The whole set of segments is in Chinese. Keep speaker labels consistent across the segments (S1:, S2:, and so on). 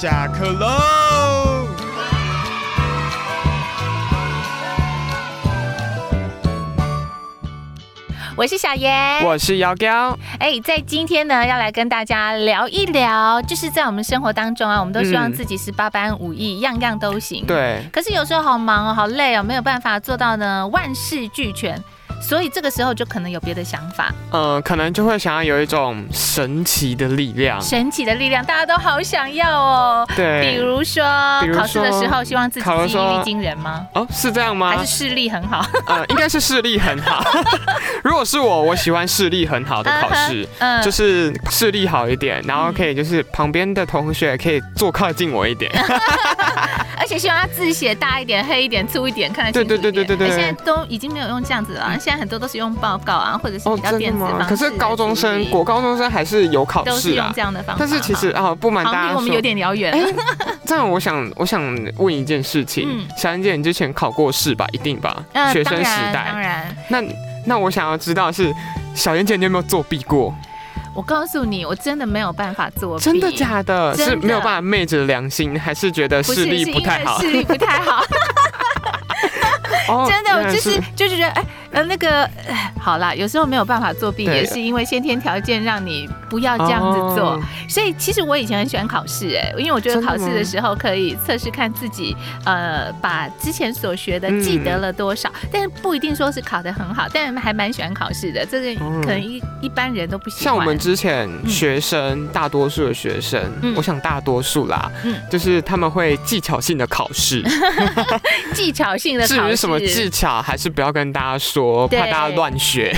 S1: 下课喽！
S2: 我是小妍，
S1: 我是姚彪，
S2: 哎，在今天呢，要来跟大家聊一聊，就是在我们生活当中啊，我们都希望
S1: 嗯
S2: 自己是八般武艺，样样都行。。
S1: 对，
S2: 可是有时候好忙哦，好累哦，没有办法做到呢万事俱全，所以这个时候就可能有别的想法。
S1: 嗯，可能就会想要有一种神奇的力量，
S2: 神奇的力量，大家都好想要哦。比
S1: 对，
S2: 如说
S1: 哎比如说
S2: 考试的时候，希望自己
S1: 考的
S2: 记
S1: 时
S2: 忆
S1: 候
S2: 力惊人吗？
S1: 哦，是这样
S2: 还
S1: 吗
S2: 是？视力很好？
S1: 呃，应该是视力很 好。如果是我，我喜欢视力很好的考试，
S2: 嗯
S1: 就，是视力好一点，然后可以就是旁边的同学可以坐靠近我一点。
S2: 嗯而且希望他字写大一点、黑一点、粗一点，看得清楚一点。
S1: 对对对对对对嗯
S2: 哎现在都已经没有用这样子了，现在很多都是用报告啊，或者是
S1: 哦
S2: 比，较
S1: 真
S2: 电
S1: 的
S2: 子方式
S1: 吗？
S2: 来
S1: 可是高中
S2: 处
S1: 生、
S2: 理
S1: 国高中生还是有考
S2: 都是
S1: 试
S2: 用
S1: 啊
S2: 这。样的方法。
S1: 但是其实
S2: 哈
S1: 啊，不瞒
S2: 好像
S1: 大
S2: 离
S1: 家
S2: 我们有
S1: 说，
S2: 点遥远。
S1: 哎这样我想，我想问一件事情
S2: 嗯，
S1: 小安姐，你之前考过试吧？一定吧？
S2: 嗯
S1: 学生时
S2: 当然当
S1: 代。
S2: 然，
S1: 那那我想要知道是小妍姐，你有没有作弊过？
S2: 我告诉你，我真的没有办法作弊。
S1: 真的假的？
S2: 真的
S1: 是没有办法昧着良心，还是觉得
S2: 不
S1: 视
S2: 是，
S1: 力
S2: 是
S1: 不
S2: 因
S1: 太
S2: 为
S1: 好？
S2: 视力不太好，
S1: 哦
S2: 真的，我
S1: 原来
S2: 就是就是觉得，哎，呃，那个， 哎好啦，有时候没有办法作弊，
S1: 对
S2: 也是因为先天条件让你不要这样子做。
S1: 哦
S2: 所以其实我以前很喜欢考试，哎，因为我觉得
S1: 真的
S2: 考
S1: 吗
S2: 试的时候可以测试看自己，呃，把之前所学的
S1: 嗯
S2: 记得了多少，但是不一定说是考得很好，但还蛮喜欢考试的，这个
S1: 嗯
S2: 可能一、一般人都不喜欢。
S1: 像我们之前学生，大多数的学生，
S2: 嗯
S1: 我想大多数啦，
S2: 嗯
S1: 就是他们会技巧性的考 试，
S2: 技巧性的
S1: 至
S2: 考
S1: 于
S2: 试，
S1: 什么技巧，还是不要跟大家说，
S2: 对
S1: 怕大家乱学。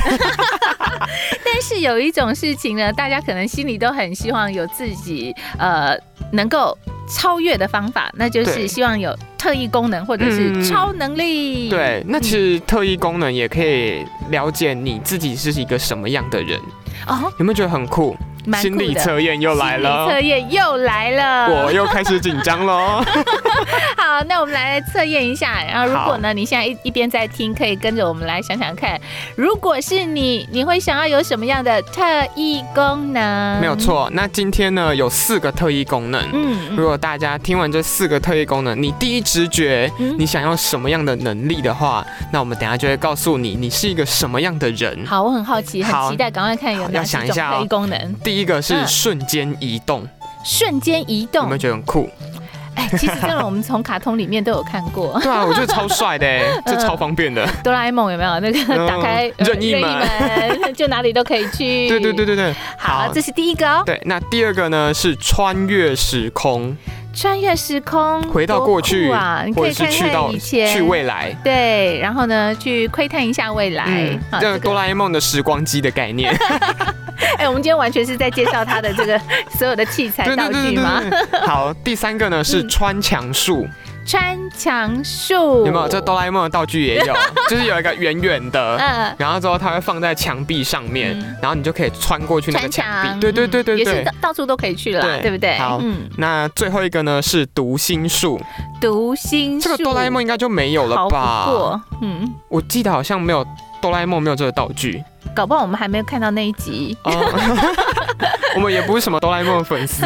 S2: 但是有一种事情呢，大家可能心里都很希望有自己呃能够超越的方法，那就是
S1: 对
S2: 希望有特异功能或者是
S1: 嗯
S2: 超能力。
S1: 对，那其实特异功能也可以了解你自己是一个什么样的人，
S2: 哦，
S1: 有没有觉得很酷？
S2: 蛮
S1: 心
S2: 酷
S1: 理
S2: 的。
S1: 测验又来了，
S2: 心理测验又来了。
S1: 我又开始紧张 喽。
S2: 好，那我们来测验一下。然后，如果呢，你现在一一边在听，可以跟着我们来想想看，如果是你，你会想要有什么样的特异功能？
S1: 没有。错，那今天呢有四个特异功能。
S2: 嗯
S1: 如果大家听完这四个特异功能，你第一直觉
S2: 嗯
S1: 你想要什么样的能力的话，那我们等一下就会告诉你你是一个什么样的人。
S2: 好，我很好奇，很
S1: 好
S2: 期待，赶快看有
S1: 好
S2: 哪
S1: 要
S2: 几
S1: 想一
S2: 种
S1: 下哦
S2: 特异功能。
S1: 第一个是
S2: 嗯
S1: 瞬间移动，
S2: 瞬间移
S1: 有
S2: 动
S1: 没有，觉得很酷？
S2: 哎，其实这种我们从卡通里面都有看 过，
S1: 对啊，我觉得超帅的欸，这超方便 的。
S2: 哆啦 A 梦有没有那个
S1: 嗯
S2: 打开呃
S1: 任意门
S2: 门就哪里都可以 去？
S1: 对对对，对对
S2: 好，
S1: 好
S2: 这是第一个 哦，
S1: 对。那第二个呢是穿越时空，
S2: 穿越时空，
S1: 回到
S2: 多
S1: 过去
S2: 酷啊，你
S1: 或者
S2: 可以
S1: 是
S2: 看
S1: 去到
S2: 看以前
S1: 去未来。
S2: 对，然后呢，去窥探一下未来。
S1: 嗯，
S2: 哎好
S1: 这个
S2: 这
S1: 哆
S2: 个，
S1: 啦 A 梦的时光机的概 念。
S2: 哎、我们今天完全是在介绍他的这 个所有的器材道具吗？
S1: 对。好，第三个呢是
S2: 嗯
S1: 穿墙术，
S2: 穿墙术
S1: 有没有？这哆啦 A 梦的道具也有， 就是有一个圆圆的，
S2: 哦嗯，
S1: 然后之后它会放在墙壁上面
S2: 嗯，
S1: 然后你就可以穿过去那个
S2: 穿
S1: 墙
S2: 墙，
S1: 壁。对对对
S2: 嗯
S1: 对
S2: 也是
S1: 对
S2: 到。到处都可以去了啦，
S1: 对
S2: 对不对？
S1: 好
S2: 嗯，
S1: 那最后一个呢是读心术，
S2: 读心
S1: 这个
S2: 术
S1: 哆啦 A 梦应该就没有了
S2: 逃不
S1: 吧？
S2: 过，嗯，
S1: 我记得好像没有哆啦 A 梦没有这个道具。
S2: 搞不好我们还没有看到那一集。
S1: 哦 我们也不是什么哆啦 A 梦的粉丝。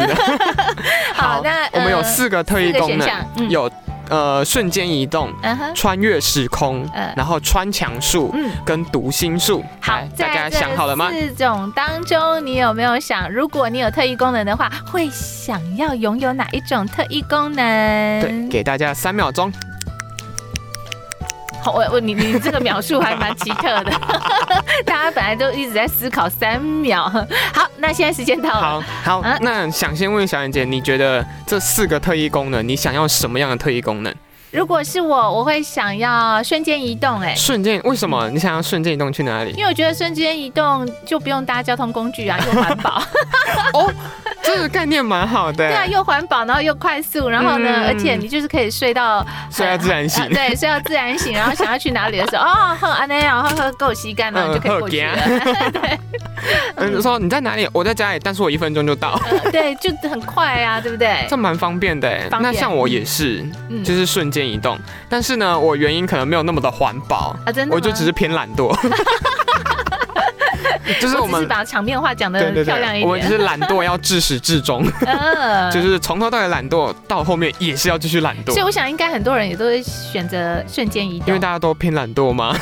S2: 好那
S1: 我们有
S2: 呃
S1: 四个特异
S2: 四个
S1: 功
S2: 选
S1: 能
S2: 项，嗯
S1: 有呃瞬间移动、
S2: 嗯哼，
S1: 穿越时空，
S2: 嗯
S1: 然后穿墙术
S2: 嗯，
S1: 跟读心术。
S2: 好
S1: 来，
S2: 在
S1: 大家想好了吗
S2: 这？四种当中，你有没有想，如果你有特异功能的话，会想要拥有哪一种特异功能？
S1: 对，给大家三秒钟。
S2: 好，我我你你这个描述还蛮奇 特的，大家本来都一直在思考三秒。好，那现在时间到了。
S1: 好好
S2: 啊，
S1: 那想先问小妍姐，你觉得这四个特异功能，你想要什么样的特异功能？
S2: 如果是我，我会想要瞬间移动、哎。
S1: 瞬间？为什么你想要瞬间移动去哪里？
S2: 因为我觉得瞬间移动就不用搭交通工具啊，又 环保，
S1: 哦，这个概念蛮好的。
S2: 对啊，又环保，然后又快速，然后呢，
S1: 嗯
S2: 而且你就是可以睡到
S1: 睡到自然醒
S2: 啊 对，睡到自然醒，然后想要去哪里的时候，哦， 喝安那样，喝喝够吸干
S1: 嗯
S2: 了，你就可以过去了，
S1: 嗯，说你在哪里？我在家里，但是我一分钟就到，
S2: 对，就很快啊，对不对？
S1: 这蛮方便的欸。
S2: 方
S1: 那
S2: 便
S1: 像我也是，
S2: 嗯
S1: 就是瞬间移动，但是呢，我原因可能没有那么的环保，
S2: 啊，真的吗，
S1: 我就只是偏懒惰。就是我
S2: 只是
S1: 们。
S2: 把场面话讲
S1: 对
S2: 的
S1: 对
S2: 漂亮
S1: 对，
S2: 一
S1: 我们就
S2: 点。
S1: 是懒惰，要至始至终，
S2: 嗯，
S1: 就是从头到尾懒惰，到后面也是要继续懒
S2: 所以
S1: 惰，
S2: 我想应该很多人也都会选择瞬间移
S1: 因为
S2: 动。
S1: 大家都偏懒惰
S2: 嗯
S1: 嘛。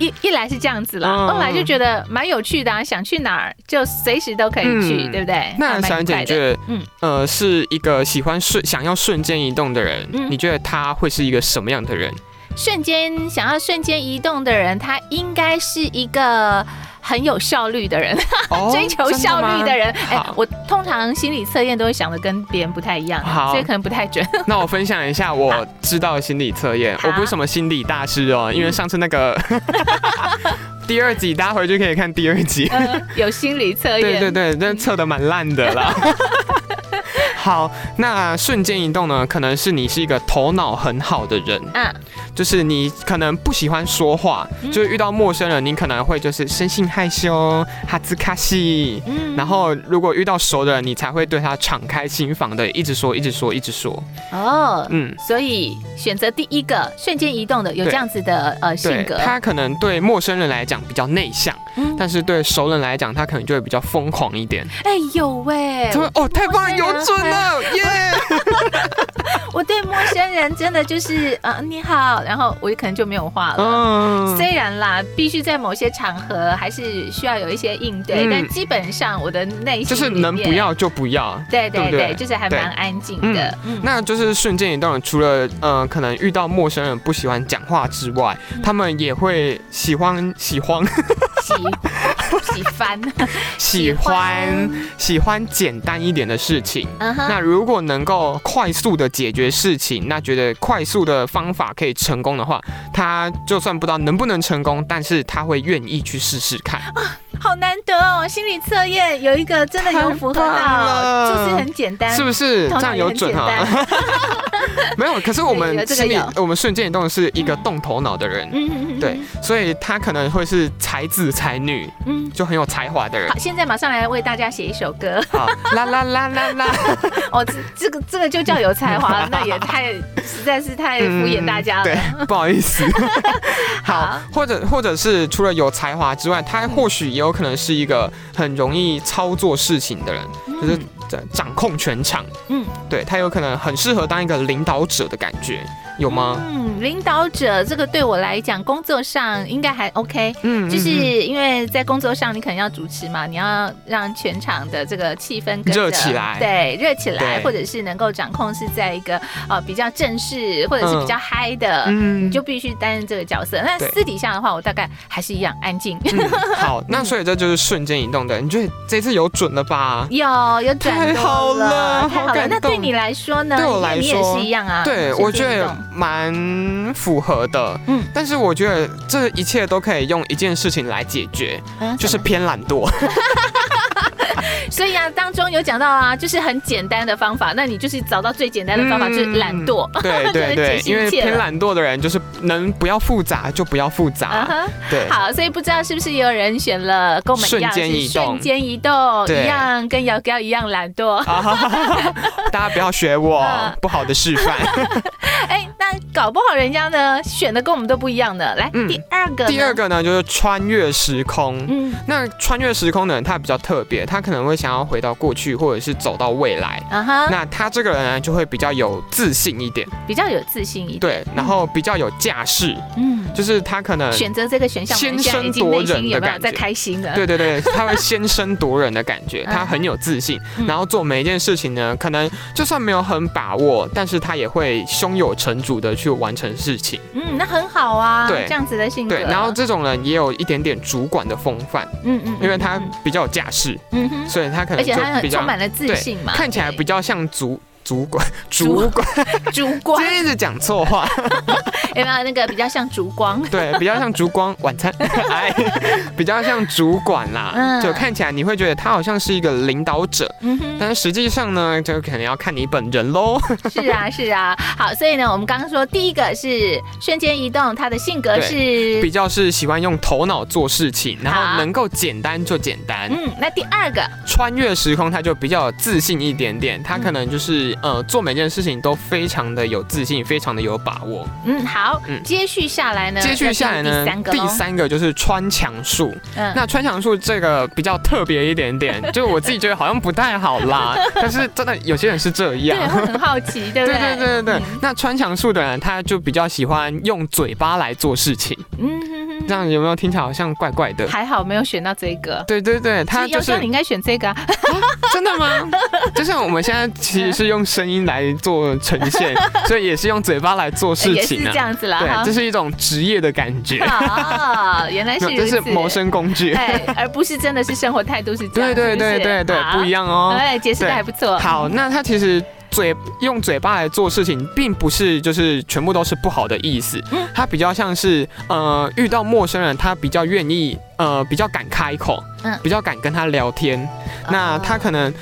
S2: 一一来是这样子啦，
S1: 嗯
S2: 二来就觉得蛮有趣的、啊，想去哪儿就随时都可以去，
S1: 嗯
S2: 对不对？
S1: 那
S2: 还
S1: 小
S2: 蛮愉
S1: 妍姐，
S2: 快
S1: 你
S2: 的
S1: 觉得，
S2: 嗯
S1: 呃，是一个喜欢瞬想要瞬间移动的人，
S2: 嗯
S1: 你觉得他会是一个什么样的 人？
S2: 瞬间想要瞬间移动的人，他应该是一个很有效率的人，
S1: 哦
S2: 追求效率的。人。哎、
S1: 好
S2: 我通常心理测验都会想的跟别人不太一样，
S1: 好
S2: 所以可能不太准。
S1: 真 的吗那我分享一下我知道的心理测验，
S2: 好嗯
S1: 我不是什么心理大师哦，因为上次那 个第二集，大家回去可以看第二集。
S2: 嗯有心理测验，
S1: 对对对，但测的蛮烂的 啦。好，那瞬间移动呢？可能是你是一个头脑很好的人，
S2: 嗯
S1: 就是你可能不喜欢说话，
S2: 嗯
S1: 就是遇到陌生人，你可能会就是生性害羞、哈兹卡西。
S2: 嗯
S1: 然后，如果遇到熟的人，你才会对他敞开心房的，一直说，一直说，一直说。
S2: 哦。
S1: 嗯，
S2: 所以选择第一个瞬间移动的有
S1: 对
S2: 这样子的呃性
S1: 对，
S2: 格，
S1: 他可能对陌生人来讲比较内向，
S2: 嗯
S1: 但是对熟人来讲，他可能就会比较疯狂一点。
S2: 哎有喂、
S1: 他会哦，太棒了，
S2: 陌生人啊
S1: 有准了，耶！
S2: 我对陌生人真的就是呃你好，然后我可能就没有话了。
S1: 嗯，
S2: 虽然啦，必须在某些场合还是需要有一些应对，
S1: 嗯
S2: 但基本上我的内心
S1: 就是
S2: 里面
S1: 能不。要就不要。对
S2: 对对
S1: 不对
S2: 对，就是还蛮安静的。嗯，
S1: 那就是瞬间移动人，除了呃，可能遇到陌生人不喜欢讲话之外，
S2: 嗯
S1: 他们也会喜欢喜欢嗯
S2: 喜喜 欢，
S1: 喜欢，喜欢简单一点的事情。
S2: 嗯哼，
S1: 那如果能够快速的解决事情，那觉得快速的方法可以成功的话，他就算不知道能不能成功，但是他会愿意去试试 看。
S2: 好难得哦。心理测验有一个真的有符合
S1: 太棒
S2: 到，
S1: 了
S2: 就是很简单，
S1: 是不是
S2: 头
S1: 这
S2: 脑
S1: 样
S2: 也
S1: 有
S2: 很
S1: 准
S2: 简
S1: 哈、
S2: 单。
S1: 没有，可是我
S2: 有有
S1: 们
S2: 这个
S1: 心 里
S2: 有
S1: 我们瞬间移动是一个动头脑的人，
S2: 嗯
S1: 对，所以他可能会是才子才女，
S2: 嗯。
S1: 就很有才华的人
S2: 好，。现在马上来为大家写一首歌
S1: 好，啦啦啦啦啦，
S2: 哦，这这个这个就叫有才华，那也太实在是太 敷衍大家
S1: 嗯
S2: 了。
S1: 对，不好意思。 好
S2: 好，
S1: 或者或者是除了有才华之外，他或许也有可能是一个很容易操作事情的人，
S2: 嗯
S1: 就是掌掌控全场。
S2: 嗯
S1: 嗯，对他有可能很适合当一个领导者的感觉，有吗？
S2: 嗯，领导者这个对我来讲，工作上应该还 OK。
S1: 嗯，
S2: 就是
S1: 嗯
S2: 因为在工作上，你可能要主持嘛，你要让全场的这个气氛跟着
S1: 热起来
S2: 对，热起来，
S1: 对
S2: 或者是能够掌控是在一个呃比较正式或者是比较嗨的，
S1: 嗯
S2: 呃你就必须担任这个角色。那
S1: 对
S2: 私底下的话，我大概还是一样 安静。
S1: 嗯好，那所以这就是瞬间移动的，你觉得这次有准了吧？
S2: 有有转
S1: 太
S2: 动
S1: 好
S2: 了，
S1: 了
S2: 太
S1: 好
S2: 好了。
S1: 感
S2: 那对
S1: 动
S2: 你来说呢？
S1: 对我
S2: 你
S1: 来
S2: 你也
S1: 说
S2: 是一样啊。
S1: 对，
S2: 瞬
S1: 我觉
S2: 间移
S1: 得
S2: 动
S1: 蛮符合的。
S2: 嗯
S1: 嗯，但是我觉得这一切都可以用一件事情来解决，
S2: 嗯
S1: 就是
S2: 什么
S1: 偏懒惰。
S2: 所以啊，当中有讲到啊，就是很简单的方法，那你就是找到最简单的方法，
S1: 嗯
S2: 就是懒惰。
S1: 对对
S2: 解
S1: 对，
S2: 析一
S1: 因为
S2: 切
S1: 偏
S2: 了
S1: 懒惰的人就是能不要复杂就不要复
S2: 啊
S1: 杂。
S2: 哈，
S1: 对，
S2: 好，所以不知道是不是也有人选了跟我们一
S1: 瞬
S2: 样
S1: 间移
S2: 是
S1: 动
S2: 瞬间移动
S1: 对
S2: 一样，跟姚彪一样懒惰。
S1: 啊哈哈哈哈 大家不要学我
S2: 嗯
S1: 不好的示 范。
S2: 哎，那搞不好人家呢选的跟我们都不一样的。来，
S1: 嗯
S2: 第二个，
S1: 第二，个呢，就是穿越时空。
S2: 嗯
S1: 那穿越时空的人，他比较特别，他可能会想要回到过去，或者是走到未来。
S2: 啊哈，
S1: 那他这个人呢，就会比较有自信一点，
S2: 比较有自信一点。
S1: 对，然后比较有架势，
S2: 嗯，
S1: 就是他可能
S2: 选择这个选项，我们现在已经内心有没有在开心 了？
S1: 对对对，他会先声夺人的感觉，
S2: 嗯
S1: 他很有自信
S2: 嗯，
S1: 然后做每一件事情呢，可能就算没有很把握，但是他也会胸有成竹的去完成事情。
S2: 嗯，那很好啊，
S1: 对
S2: 这样子的性格。
S1: 对，然后这种人也有一点点主管的风范，
S2: 嗯，嗯嗯，
S1: 因为他
S2: 嗯
S1: 比较有架势，
S2: 嗯哼，
S1: 所以他可
S2: 而
S1: 能
S2: 且
S1: 就
S2: 他很
S1: 比
S2: 充
S1: 较
S2: 满了自
S1: 对
S2: 信嘛，
S1: 看起来
S2: 对
S1: 比较像主主管
S2: 主
S1: 主 管，
S2: 烛
S1: 今
S2: 光，
S1: 天一直讲错话，
S2: 有没有那个比较像烛光？
S1: 对，比较像烛光晚餐， 哎，比较像主管啦
S2: 嗯，
S1: 就看起来你会觉得他好像是一个领导者，
S2: 嗯哼，
S1: 但实际上呢，就可能要看你本人喽。
S2: 是啊，是啊。好，所以呢，我们刚刚说第一个是瞬间移动，他的性格是
S1: 比较是喜欢用头脑做事情，然
S2: 好
S1: 后能够简单就简单。
S2: 嗯，那第二个
S1: 穿越时空，他就比较有自信一点点，他可能就是呃做每件事情都非常的有自信，非常的有把握。
S2: 嗯，好，
S1: 嗯
S2: 接续下来呢？
S1: 接续下来呢
S2: 要进，
S1: 第
S2: 第三
S1: 三个就是穿墙术。
S2: 个喽，嗯，
S1: 那穿墙术这个比较特别一点 点，就我自己觉得好像不太好啦，但是真的有些人是这
S2: 对，
S1: 样。
S2: 会嗯很好 奇，对不
S1: 对对
S2: 对？
S1: 对对对，那穿墙术的人他就比较喜欢用嘴巴来做事情，
S2: 嗯哼哼
S1: 这样有没有听起来好像怪怪的？
S2: 还好没有选到这个。
S1: 对对对，他
S2: 要
S1: 就
S2: 说
S1: 是
S2: 你应该选这个啊，
S1: 真的吗？就像我们现在其实是用声音来做呈 现，所以也是用嘴巴来做事
S2: 也是
S1: 情
S2: 这
S1: 啊。
S2: 样子啦。
S1: 对，
S2: 哈
S1: 这是一种职业的感 觉，
S2: 哦，原 来是
S1: 没有
S2: 如
S1: 这
S2: 此
S1: 是，谋生工具。
S2: 哎，而不是真的是生活态度是这样，
S1: 对对对对对，不一
S2: 样
S1: 样哦。
S2: 哎，解释的还不错。
S1: 好，那他其实嘴用嘴巴来做事情，并不是就是全部都是不好的意思
S2: 嗯，
S1: 他比较像是呃遇到陌生人，他比较愿意呃比较敢开口，
S2: 嗯
S1: 比较敢跟他聊天。那
S2: 哦
S1: 他可能。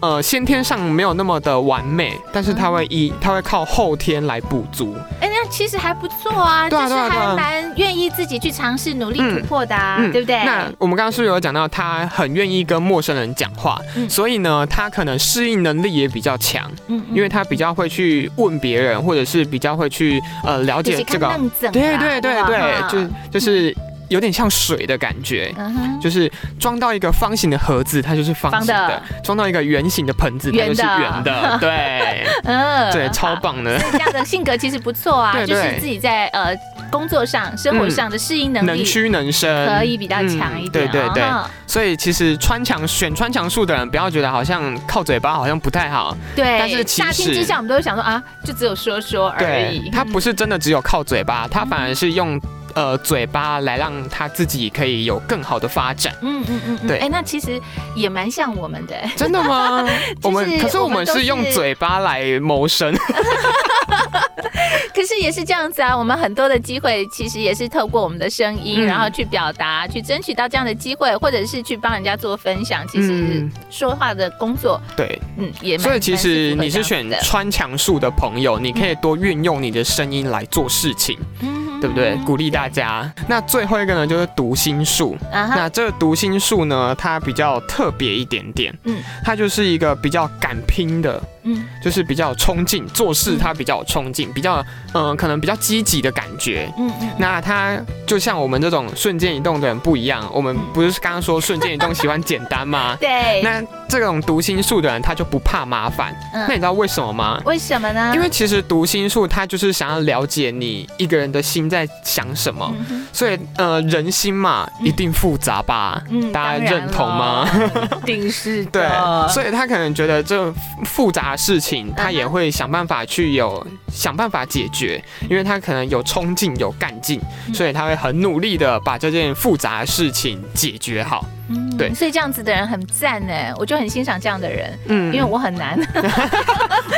S1: 呃，先天上没有那么的完美，但是他会
S2: 嗯
S1: 依他会靠后天来补足。
S2: 哎，那其实还不错啊，就
S1: 对啊
S2: 是
S1: 对啊对
S2: 还
S1: 啊嗯
S2: 蛮愿意自己去尝试、努力突破的啊，对不对？
S1: 那我们刚刚是不是有讲到他很愿意跟陌生人讲话，
S2: 嗯
S1: 所以呢，他可能适应能力也比较强。
S2: 嗯嗯
S1: 因为他比较会去问别人，或者是比较会去呃了
S2: 就是
S1: 解这
S2: 看
S1: 个，
S2: 愣整啊
S1: 对对对
S2: 吧
S1: 对，就就是有点像水的感觉，
S2: 嗯哼
S1: 就是装到一个方形的盒子，它就是方
S2: 方
S1: 形的
S2: 的；
S1: 装到一个圆形的盆子，它
S2: 圆
S1: 就是
S2: 的
S1: 圆的。 对
S2: 嗯
S1: 对，
S2: 好
S1: 超棒的
S2: 所以这样的性格其实不错啊，
S1: 对
S2: 就
S1: 对嗯
S2: 是自己在呃工作上、生活上的适应能
S1: 能
S2: 力
S1: 屈能
S2: 可
S1: 伸。
S2: 以比较强一
S1: 嗯对
S2: 点啊。
S1: 对对
S2: 哈
S1: 所以其实穿墙选穿墙术的人，不要觉得好像靠嘴巴好像不太好，
S2: 对，
S1: 但是其
S2: 乍听之
S1: 实
S2: 下，我们都会想说啊，就只有说说而
S1: 对
S2: 已。，嗯
S1: 他不是真的只有靠嘴巴，他反而是用呃嘴巴来让他自己可以有更好的发展。
S2: 嗯嗯嗯嗯，
S1: 对
S2: 哎、那其实也蛮像我们的、
S1: 真的 吗？我们可是
S2: 我
S1: 我
S2: 们
S1: 们
S2: 都
S1: 是用
S2: 是
S1: 嘴巴来谋生，
S2: 可是也是这样子啊，我们很多的机会其实也是透过我们的声音，
S1: 嗯
S2: 然后去表达，去争取到这样的机会，或者是去帮人家做分享。其实
S1: 嗯
S2: 说话的工作，
S1: 对。
S2: 嗯，也蛮
S1: 所以其实
S2: 蛮
S1: 你是
S2: 适合
S1: 选
S2: 这样子
S1: 穿墙术的朋友，你可以多运用你的声音来做事情，
S2: 的，嗯
S1: 对不对？鼓励大家。那最后一个呢，就是读心术。
S2: 啊哈，
S1: 那这个读心术呢，它比较特别一点点，
S2: 嗯
S1: 嗯，它就是一个比较敢拼的，
S2: 嗯
S1: 就是比较有冲劲，做事它比较有冲劲，比较嗯、呃可能比较积极的感觉。
S2: 嗯嗯，
S1: 那它就像我们这种瞬间移动的人不一样，我们
S2: 嗯
S1: 不是刚刚说瞬间移动喜欢简单吗？
S2: 对，
S1: 那这种读心术的人，他就不怕麻烦。
S2: 嗯
S1: 那你知道为什么吗？
S2: 为什么呢？
S1: 因为其实读心术，他就是想要了解你一个人的心在想什么，
S2: 嗯哼
S1: 所以呃，人心嘛，
S2: 嗯
S1: 一定复杂吧。
S2: 嗯
S1: 大家
S2: 当然
S1: 认同吗
S2: 了一定是
S1: 对
S2: 的，，
S1: 所以他可能觉得这复杂的事情，
S2: 嗯
S1: 他也会想办法去有想办法解决，因为他可能有冲劲、有干劲，
S2: 嗯
S1: 所以他会很努力的把这件复杂的事情解决好。
S2: 嗯
S1: 对
S2: 所以这样子的人很赞呢，我就很欣赏这样的人，
S1: 嗯，
S2: 因为我很难，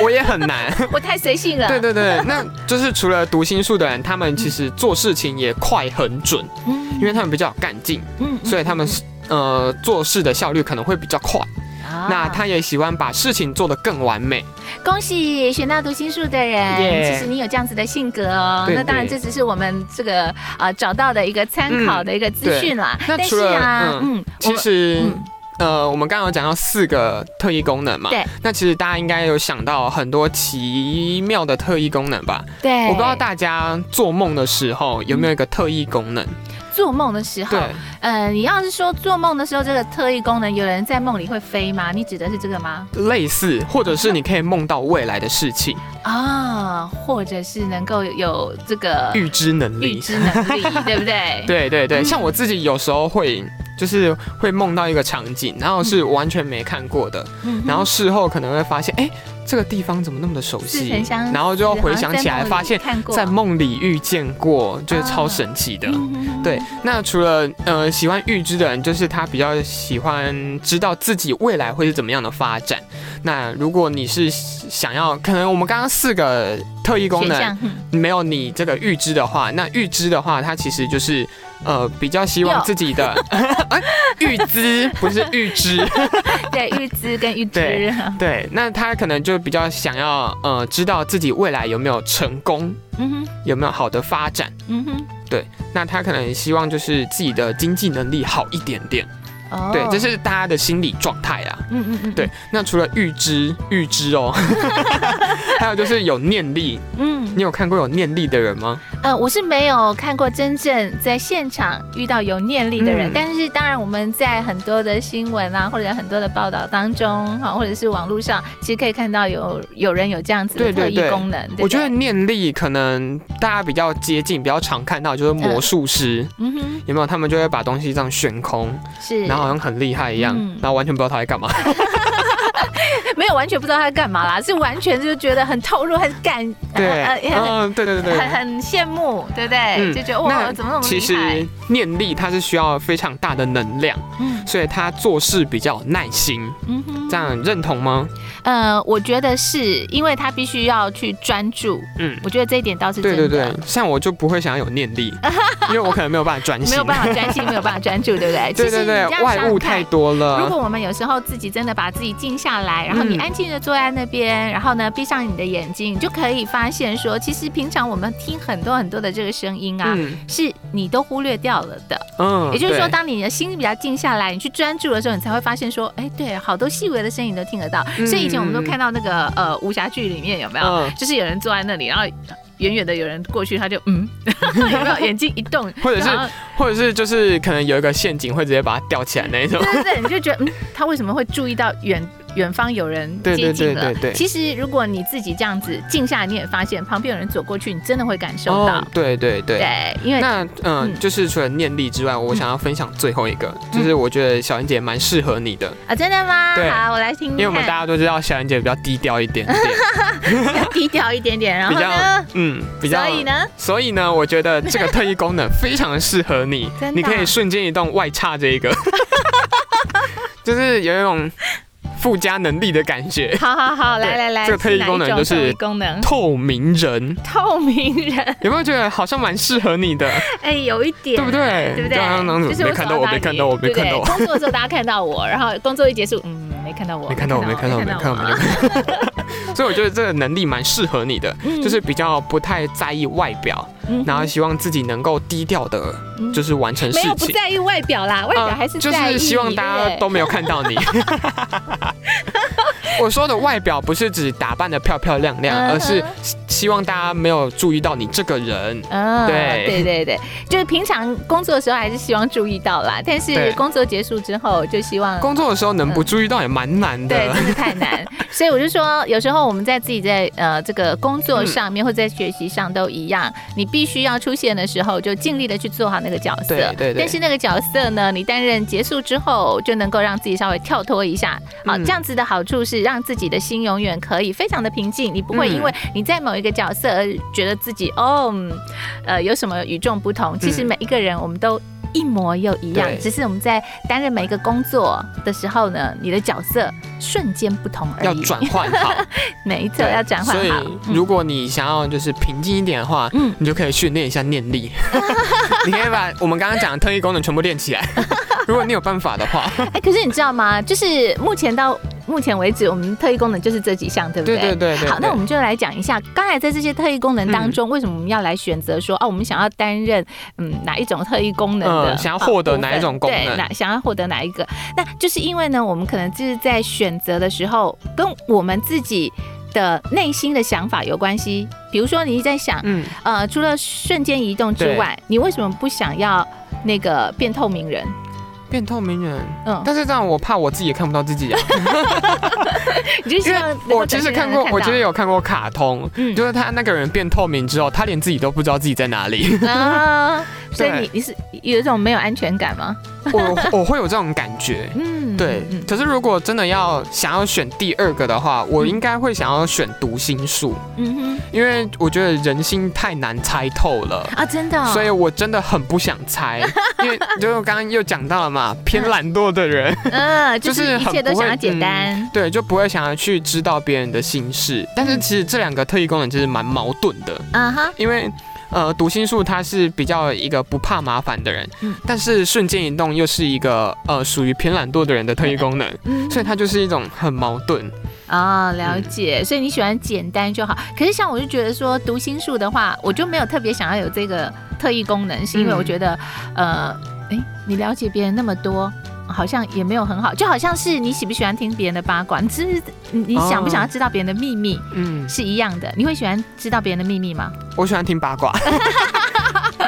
S1: 我也很难。
S2: 我太随性了，
S1: 对对对，那就是除了读心术的人，他们其实做事情也快很准，
S2: 嗯，
S1: 因为他们比较有干劲，
S2: 嗯，嗯
S1: 所以他们呃做事的效率可能会比较快。
S2: 啊
S1: 那他也喜欢把事情做得更完美。
S2: 恭喜选到读心术的人
S1: 耶
S2: 其实你有这样子的性格哦。
S1: 对
S2: 那当然，这
S1: 对
S2: 只是我们这个啊、呃找到的一个参考的一个资讯啦。
S1: 那
S2: 但是
S1: 除了
S2: 啊，
S1: 嗯
S2: 嗯，我
S1: 其
S2: 们
S1: 实
S2: 嗯。
S1: 呃，我们刚刚有讲到四个特异功能嘛，
S2: 对。
S1: 那其实大家应该有想到很多奇妙的特异功能吧？
S2: 对，
S1: 我不知道大家做梦的时候有没有一个特异功
S2: 嗯
S1: 能？
S2: 做梦的时候，
S1: 对，
S2: 呃，你要是说做梦的时候这个特异功能，有人在梦里会飞吗？你指的是这个吗？
S1: 类似，或者是你可以梦到未来的事情，
S2: 啊、或者是能够有这个
S1: 预知能
S2: 嗯预
S1: 力。
S2: 知能力，对不 对？
S1: 对对对，
S2: 嗯
S1: 像我自己有时候会。就是会梦到一个场景，然后是完全没看过的，
S2: 嗯嗯哼，
S1: 然后事后可能会发现，哎、这个地方怎么那么的熟
S2: 似
S1: 悉
S2: 曾相识，
S1: 然后就要回想起
S2: 好
S1: 来，
S2: 像在梦里
S1: 发现
S2: 看过
S1: 在梦里遇见过，就是超神奇的。
S2: 嗯哼哼
S1: 对，那除了呃喜欢预知的人，就是他比较喜欢知道自己未来会是怎么样的发展。那如果你是想要，可能我们刚刚四个特异功
S2: 选
S1: 能
S2: 项， 嗯
S1: 没有你这个预知的话，那预知的话，它其实就是呃比较希望
S2: 有
S1: 自己 的哎预知不是预知，
S2: 对，预知跟预知
S1: 对。
S2: 嗯
S1: 对，那他可能就比较想要呃知道自己未来有没有成功，
S2: 嗯哼，
S1: 有没有好的发展。
S2: 嗯哼。
S1: 那他可能希望就是自己的经济能力好一点点，
S2: 哦
S1: 对，这是大家的心理状态啦。
S2: 嗯嗯嗯，
S1: 对，那除了预知预知 哦，还有就是有念力，
S2: 嗯
S1: 你有看过有念力的人吗？
S2: 呃，我是没有看过真正在现场遇到有念力的人，
S1: 嗯
S2: 但是当然我们在很多的新闻啊，或者很多的报道当中，哈，或者是网络上，其实可以看到有有人有这样子的
S1: 对
S2: 特
S1: 对
S2: 异
S1: 对
S2: 功能。对不
S1: 我觉得
S2: 对，
S1: 念力可能大家比较接近、比较常看到就是魔术师，
S2: 嗯哼，
S1: 有没有？他们就会把东西这样悬空，
S2: 是，
S1: 然后好像很厉害一样，
S2: 嗯
S1: 然后完全不知道他在干嘛。
S2: 没有完全不知道他在干嘛啦，是完全就觉得很投入，很感，
S1: 对，
S2: 呃
S1: 嗯、
S2: 呃
S1: 对对对
S2: 很
S1: 对。
S2: 很很羡慕，对不对？
S1: 嗯
S2: 就觉得哇，
S1: 那
S2: 怎么那么
S1: 其
S2: 厉害
S1: 实？念力它是需要非常大的能量，
S2: 嗯
S1: 所以他做事比较有耐心，
S2: 嗯哼
S1: 这样认同吗？
S2: 呃，我觉得是因为他必须要去专注，
S1: 嗯，
S2: 我觉得这一点倒是真
S1: 对
S2: 的。
S1: 对对，像我就不会想要有念 力，因为我可能没有办法专心，
S2: 没有办法 专心，没有办法专注，对不
S1: 对
S2: 对？
S1: 对对
S2: 其实你这样，想
S1: 外
S2: 想
S1: 物
S2: 看
S1: 太多啊
S2: 如
S1: 了。
S2: 果我们有时候自己真的把自己静下来，然后你
S1: 嗯
S2: 安静的坐在那边，然后呢闭上你的眼睛，你就可以发现说，其实平常我们听很多很多的这个声音啊，
S1: 嗯
S2: 是你都忽略掉了的。
S1: 嗯
S2: 也就是说，
S1: 对
S2: 当你的心比较静下来，你去专注的时候，你才会发现说，哎，对，好多细微的声音你都听得到。
S1: 嗯
S2: 所以以前我们都
S1: 嗯
S2: 看到那个呃武侠剧里面有没有，
S1: 嗯
S2: 就是有人坐在那里，然后远远的有人过去，他就嗯， 有没有眼睛一动，
S1: 或者是
S2: 然后
S1: 或者是就是可能有一个陷阱会直接把它吊起来那一种。
S2: 对对对，你就觉得嗯，他为什么会注意到远远方有人
S1: 对
S2: 接
S1: 对
S2: 近
S1: 对
S2: 了？
S1: 对对。
S2: 其实如果你自己这样子静下来，你也发现旁边有人走过去，你真的会感受到。，
S1: 哦对对对。
S2: 对，因为
S1: 那嗯
S2: 嗯，
S1: 就是除了念力之外，我想要分享最后一个，就是我觉得小恩姐蛮适合你的，
S2: 啊，真的吗？
S1: 对
S2: 好，我来听听看。
S1: 因为我们大家都知道小恩姐比较低调一点 点，
S2: 要低调一点点，然后
S1: 比较
S2: 呢？
S1: 嗯，比较。
S2: 所以呢？
S1: 所以呢，我觉得这个特异功能非常的适合你
S2: 真的啊，
S1: 你可以瞬间移动外插这一个， 就是有一种附加能力的感觉。
S2: 好好好，来
S1: 对
S2: 来来，
S1: 这个特异
S2: 哪一
S1: 功能
S2: 种
S1: 就是
S2: 特异功能
S1: 透明人
S2: 透明人，
S1: 有没有觉得好像蛮适合你的？
S2: 哎，有一点，
S1: 对不对
S2: 对不对
S1: 刚刚那种？
S2: 就是
S1: 没看到我
S2: 手拿
S1: 没看到
S2: 你
S1: 我没
S2: 对不对
S1: 看到我
S2: 工作的时候大家看到我，然后工作一结束，嗯，没看到我，嗯
S1: 没看到我，没看到我，没看到我，没看到。所以我 觉得这个能力蛮适合你的，
S2: 嗯
S1: 就是比较不太在意外表，
S2: 嗯
S1: 然后希望自己能够低调的，
S2: 嗯
S1: 就是完成事
S2: 没有不
S1: 情。
S2: 在意外表啦，外表
S1: 呃
S2: 还是
S1: 就
S2: 在
S1: 是
S2: 意
S1: 希望大家
S2: 对
S1: 都没有看到你。 我说的外表不是指打扮的漂漂亮亮，
S2: 嗯哼
S1: 而是希望大家没有注意到你这个人。
S2: 嗯，
S1: 对
S2: 对对对，就是平常工作的时候还是希望注意到啦，但是
S1: 对
S2: 工作结束之后就希望。
S1: 工作的时候能不注意到也蛮难
S2: 嗯对，
S1: 的。
S2: 真的太难，所以我就说，有时候我们在自己在呃这个工作上
S1: 嗯
S2: 面、或者在学习上都一样，你必须要出现的时候就尽力的去做好那个角色。
S1: 对对对
S2: 但是那个角色呢，你担任结束之后，就能够让自己稍微跳脱一下。好、
S1: 嗯
S2: 这样子的好处是让自己的心永远可以非常的平静，你不会
S1: 嗯
S2: 因为你在某一个角色而觉得自己哦。嗯呃有什么与众不同？其实
S1: 嗯
S2: 每一个人我们都一模又一样
S1: 对，
S2: 只是我们在担任每一个工作的时候呢，你的角色瞬间不同而已。
S1: 要转换 好，
S2: 每一次要转换
S1: 所
S2: 好
S1: 以。如果你想要就是平静一点的话，
S2: 嗯
S1: 你就可以训练一下念 力。你可以把我们刚刚讲的特异功能全部练起 来。如果你有办法的话，
S2: 哎、可是你知道吗？就是目前到目前为止，我们特异功能就是这几项，对不
S1: 对对对对。
S2: 好，那
S1: 对
S2: 我们就来讲一下，刚才在这些特异功能当中，为什么我们要来选择说，哦、我们想要担任嗯哪一种特异功能的，
S1: 嗯想要获得
S2: 呃部分
S1: 哪一种功能
S2: 对，哪想要获得哪一个？那就是因为呢，我们可能就是在选择的时候，跟我们自己的内心的想法有关系。比如说，你在想，
S1: 嗯，
S2: 呃，除了瞬间移动之外，你为什么不想要那个变透明人？
S1: 变透明人，
S2: 嗯，
S1: 但是这样我怕我自己也看不到自己啊。
S2: 你就希
S1: 因为
S2: 望
S1: 我其实看过，我觉得有看过卡通，
S2: 嗯
S1: 就是他那个人变透明之后，他连自己都不知道自己在哪 里。
S2: 有啊，所以
S1: 对
S2: 你你是有一种没有安全感吗？
S1: 我我会有这种感觉。
S2: 嗯，
S1: 对，可是如果真的要想要选第二个的话，我
S2: 嗯
S1: 应该会想要选读心术，
S2: 嗯哼。
S1: 因为我觉得人心太难猜透了。
S2: 啊，真的哦、
S1: 所以我真的很不想猜，因 为就是我刚刚又讲到了嘛，偏懒惰的人，
S2: 嗯，就
S1: 就是是
S2: 一
S1: 很
S2: 切都
S1: 不会嗯
S2: 想要简单。
S1: 对，就不会想要去知道别人的心事。但
S2: 嗯
S1: 是其实这两个特异功能其实蛮矛盾的，
S2: 啊哈，
S1: 因为呃，读心术他是比较一个不怕麻烦的人，
S2: 嗯
S1: 但是瞬间移动又是一个呃属于偏懒惰的人的特异功能，
S2: 嗯
S1: 所以嗯它就是一种很矛盾。
S2: 啊、了解。所以你喜欢简单就好。可是像我就觉得说读心术的话，我就没有特别想要有这个特异功能，是因为
S1: 嗯
S2: 我觉得，呃，哎，你了解别人那么多。好像也没有很好，就好像是你喜不喜欢听别人的八卦，你知你你想不
S1: 哦
S2: 想要知道别人的秘密、
S1: 嗯，
S2: 是一样的。你会喜欢知道别人的秘密吗？
S1: 我喜欢听八卦，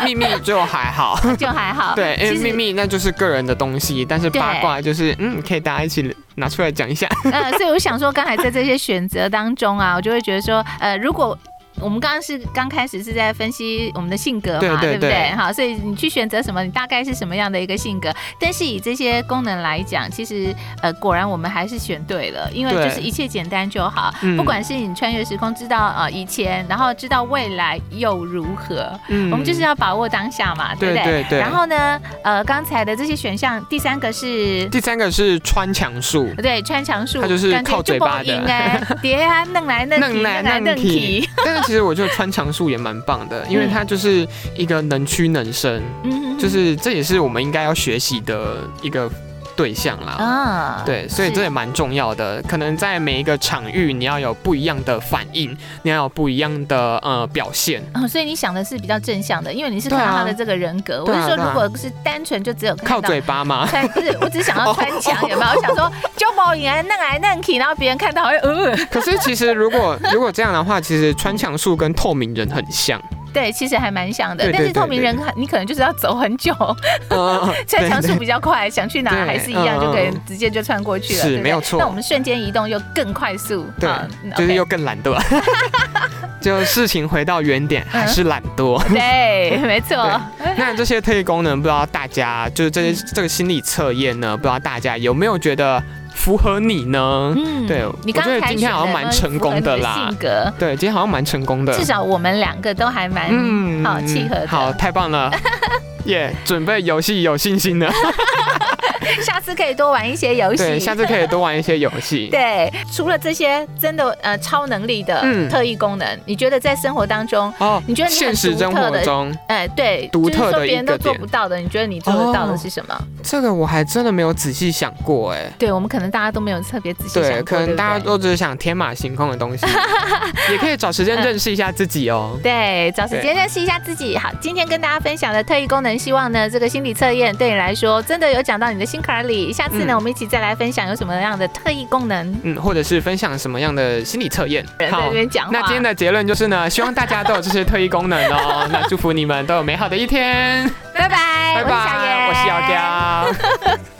S1: 秘密就还好。
S2: 就还好，
S1: 对，因为
S2: 其实
S1: 秘密那就是个人的东西，但是
S2: 对
S1: 八卦就是嗯，可以大家一起拿出来讲一下。
S2: 呃，所以我想说，刚才在这些选择当中啊，我就会觉得说，呃，如果我们刚刚是刚开始是在分析我们的性格嘛，
S1: 对对
S2: 不
S1: 对
S2: 对？好，所以你去选择什么，你大概是什么样的一个性格？但是以这些功能来讲，其实呃，果然我们还是选对了，因为
S1: 对
S2: 就是一切简单就好，
S1: 嗯
S2: 不管是你穿越时空知道呃以前，然后知道未来又如何，
S1: 嗯
S2: 我们就是要把握当下嘛，对
S1: 对
S2: 不对？
S1: 对对
S2: 然后呢，呃，刚才的这些选项，第三个是
S1: 第三个是穿墙术，
S2: 对，穿墙术，
S1: 它就是靠嘴巴的
S2: 哎， 叠啊，弄来弄去，
S1: 弄来
S2: 弄
S1: 弄
S2: 去
S1: 去，但是其实我觉得穿墙术也蛮棒的，因为它就是一个能屈能伸，
S2: 嗯，
S1: 就是这也是我们应该要学习的一个对象啦。
S2: 啊，
S1: 对，所以
S2: 是
S1: 这也蛮重要的。可能在每一个场域，你要有不一样的反应，你要有不一样的呃表现。
S2: 哦，所以你想的是比较正向的，因为你是
S1: 对
S2: 看
S1: 啊
S2: 到他的这个人格。我
S1: 对啊
S2: 是说，
S1: 对啊
S2: 如果是单纯就只有看
S1: 靠
S2: 到
S1: 嘴巴吗？
S2: 穿，不是，我只想要穿墙，有没 有？我想说，就把你来弄来弄去，然后别人看到会呃，
S1: 可是其实如果如果这样的话，其实穿墙术跟透明人很像。
S2: 对，其实还蛮像的。
S1: 对对
S2: 但是透
S1: 对
S2: 明
S1: 对
S2: 人，你可能就是要走 很久，
S1: 呃，
S2: 穿墙
S1: 对
S2: 术
S1: 对
S2: 比较快，想去哪
S1: 对
S2: 还是一样，就可以
S1: 嗯嗯
S2: 直接就穿过去了，
S1: 是
S2: 对不对
S1: 没有错
S2: 那我们瞬间移动又更快速，
S1: 对
S2: 啊嗯
S1: 就是
S2: ，OK
S1: 又更懒惰， 就事情回到原点还是懒惰。
S2: 嗯对，没错。
S1: 对， 那这些特异功能，不知道大家就是这
S2: 嗯
S1: 些这个心理测验呢，不知道大家有没有觉得符合你 呢？
S2: 嗯
S1: 对
S2: 你
S1: 我
S2: 刚
S1: 觉得
S2: 才
S1: 今天好像蛮成功的啦
S2: 选的符合你的性格，
S1: 对，嗯今天好像蛮成功的
S2: 至。少我们两个都还蛮好契合的。
S1: 好，太棒了，耶、准备游戏有信心了。
S2: 下次可以多玩一些游戏。
S1: 对，下次可以多玩一些游戏。
S2: 对除了这些真的呃超能力的
S1: 嗯
S2: 特异功能，你觉得在生活当中，
S1: 哦，
S2: 你觉得你很
S1: 现实
S2: 独
S1: 生
S2: 特
S1: 活
S2: 的
S1: 中，
S2: 哎、对，
S1: 独特
S2: 就是说
S1: 的一个
S2: 别人都做
S1: 点哦
S2: 不到的，你觉得你做得到的是什么？
S1: 这个我还真的没有仔细想过哎、
S2: 对我们可能大家都没有特别仔细想过，
S1: 对，可能大家
S2: 对不对
S1: 都只是想天马行空的东 西，也可以找时间认识一下自己哦。
S2: 对，找时间认识一下自己。好，今天跟大家分享的特异功能，希望呢这个心理测验对你来说真的有讲到你的心坎儿里。下次呢，
S1: 嗯
S2: 我们一起再来分享有什么样的特异功能。
S1: 嗯，或者是分享什么样的心理测验？
S2: 人在
S1: 好
S2: 那，边讲话，
S1: 那今天的结论就是呢，希望大家都有这些特异功能哦。 那祝福你们都有美好的一天，
S2: 拜拜，
S1: 拜
S2: 哎我是小
S1: 拜，
S2: 妍，
S1: 我是姚。娇。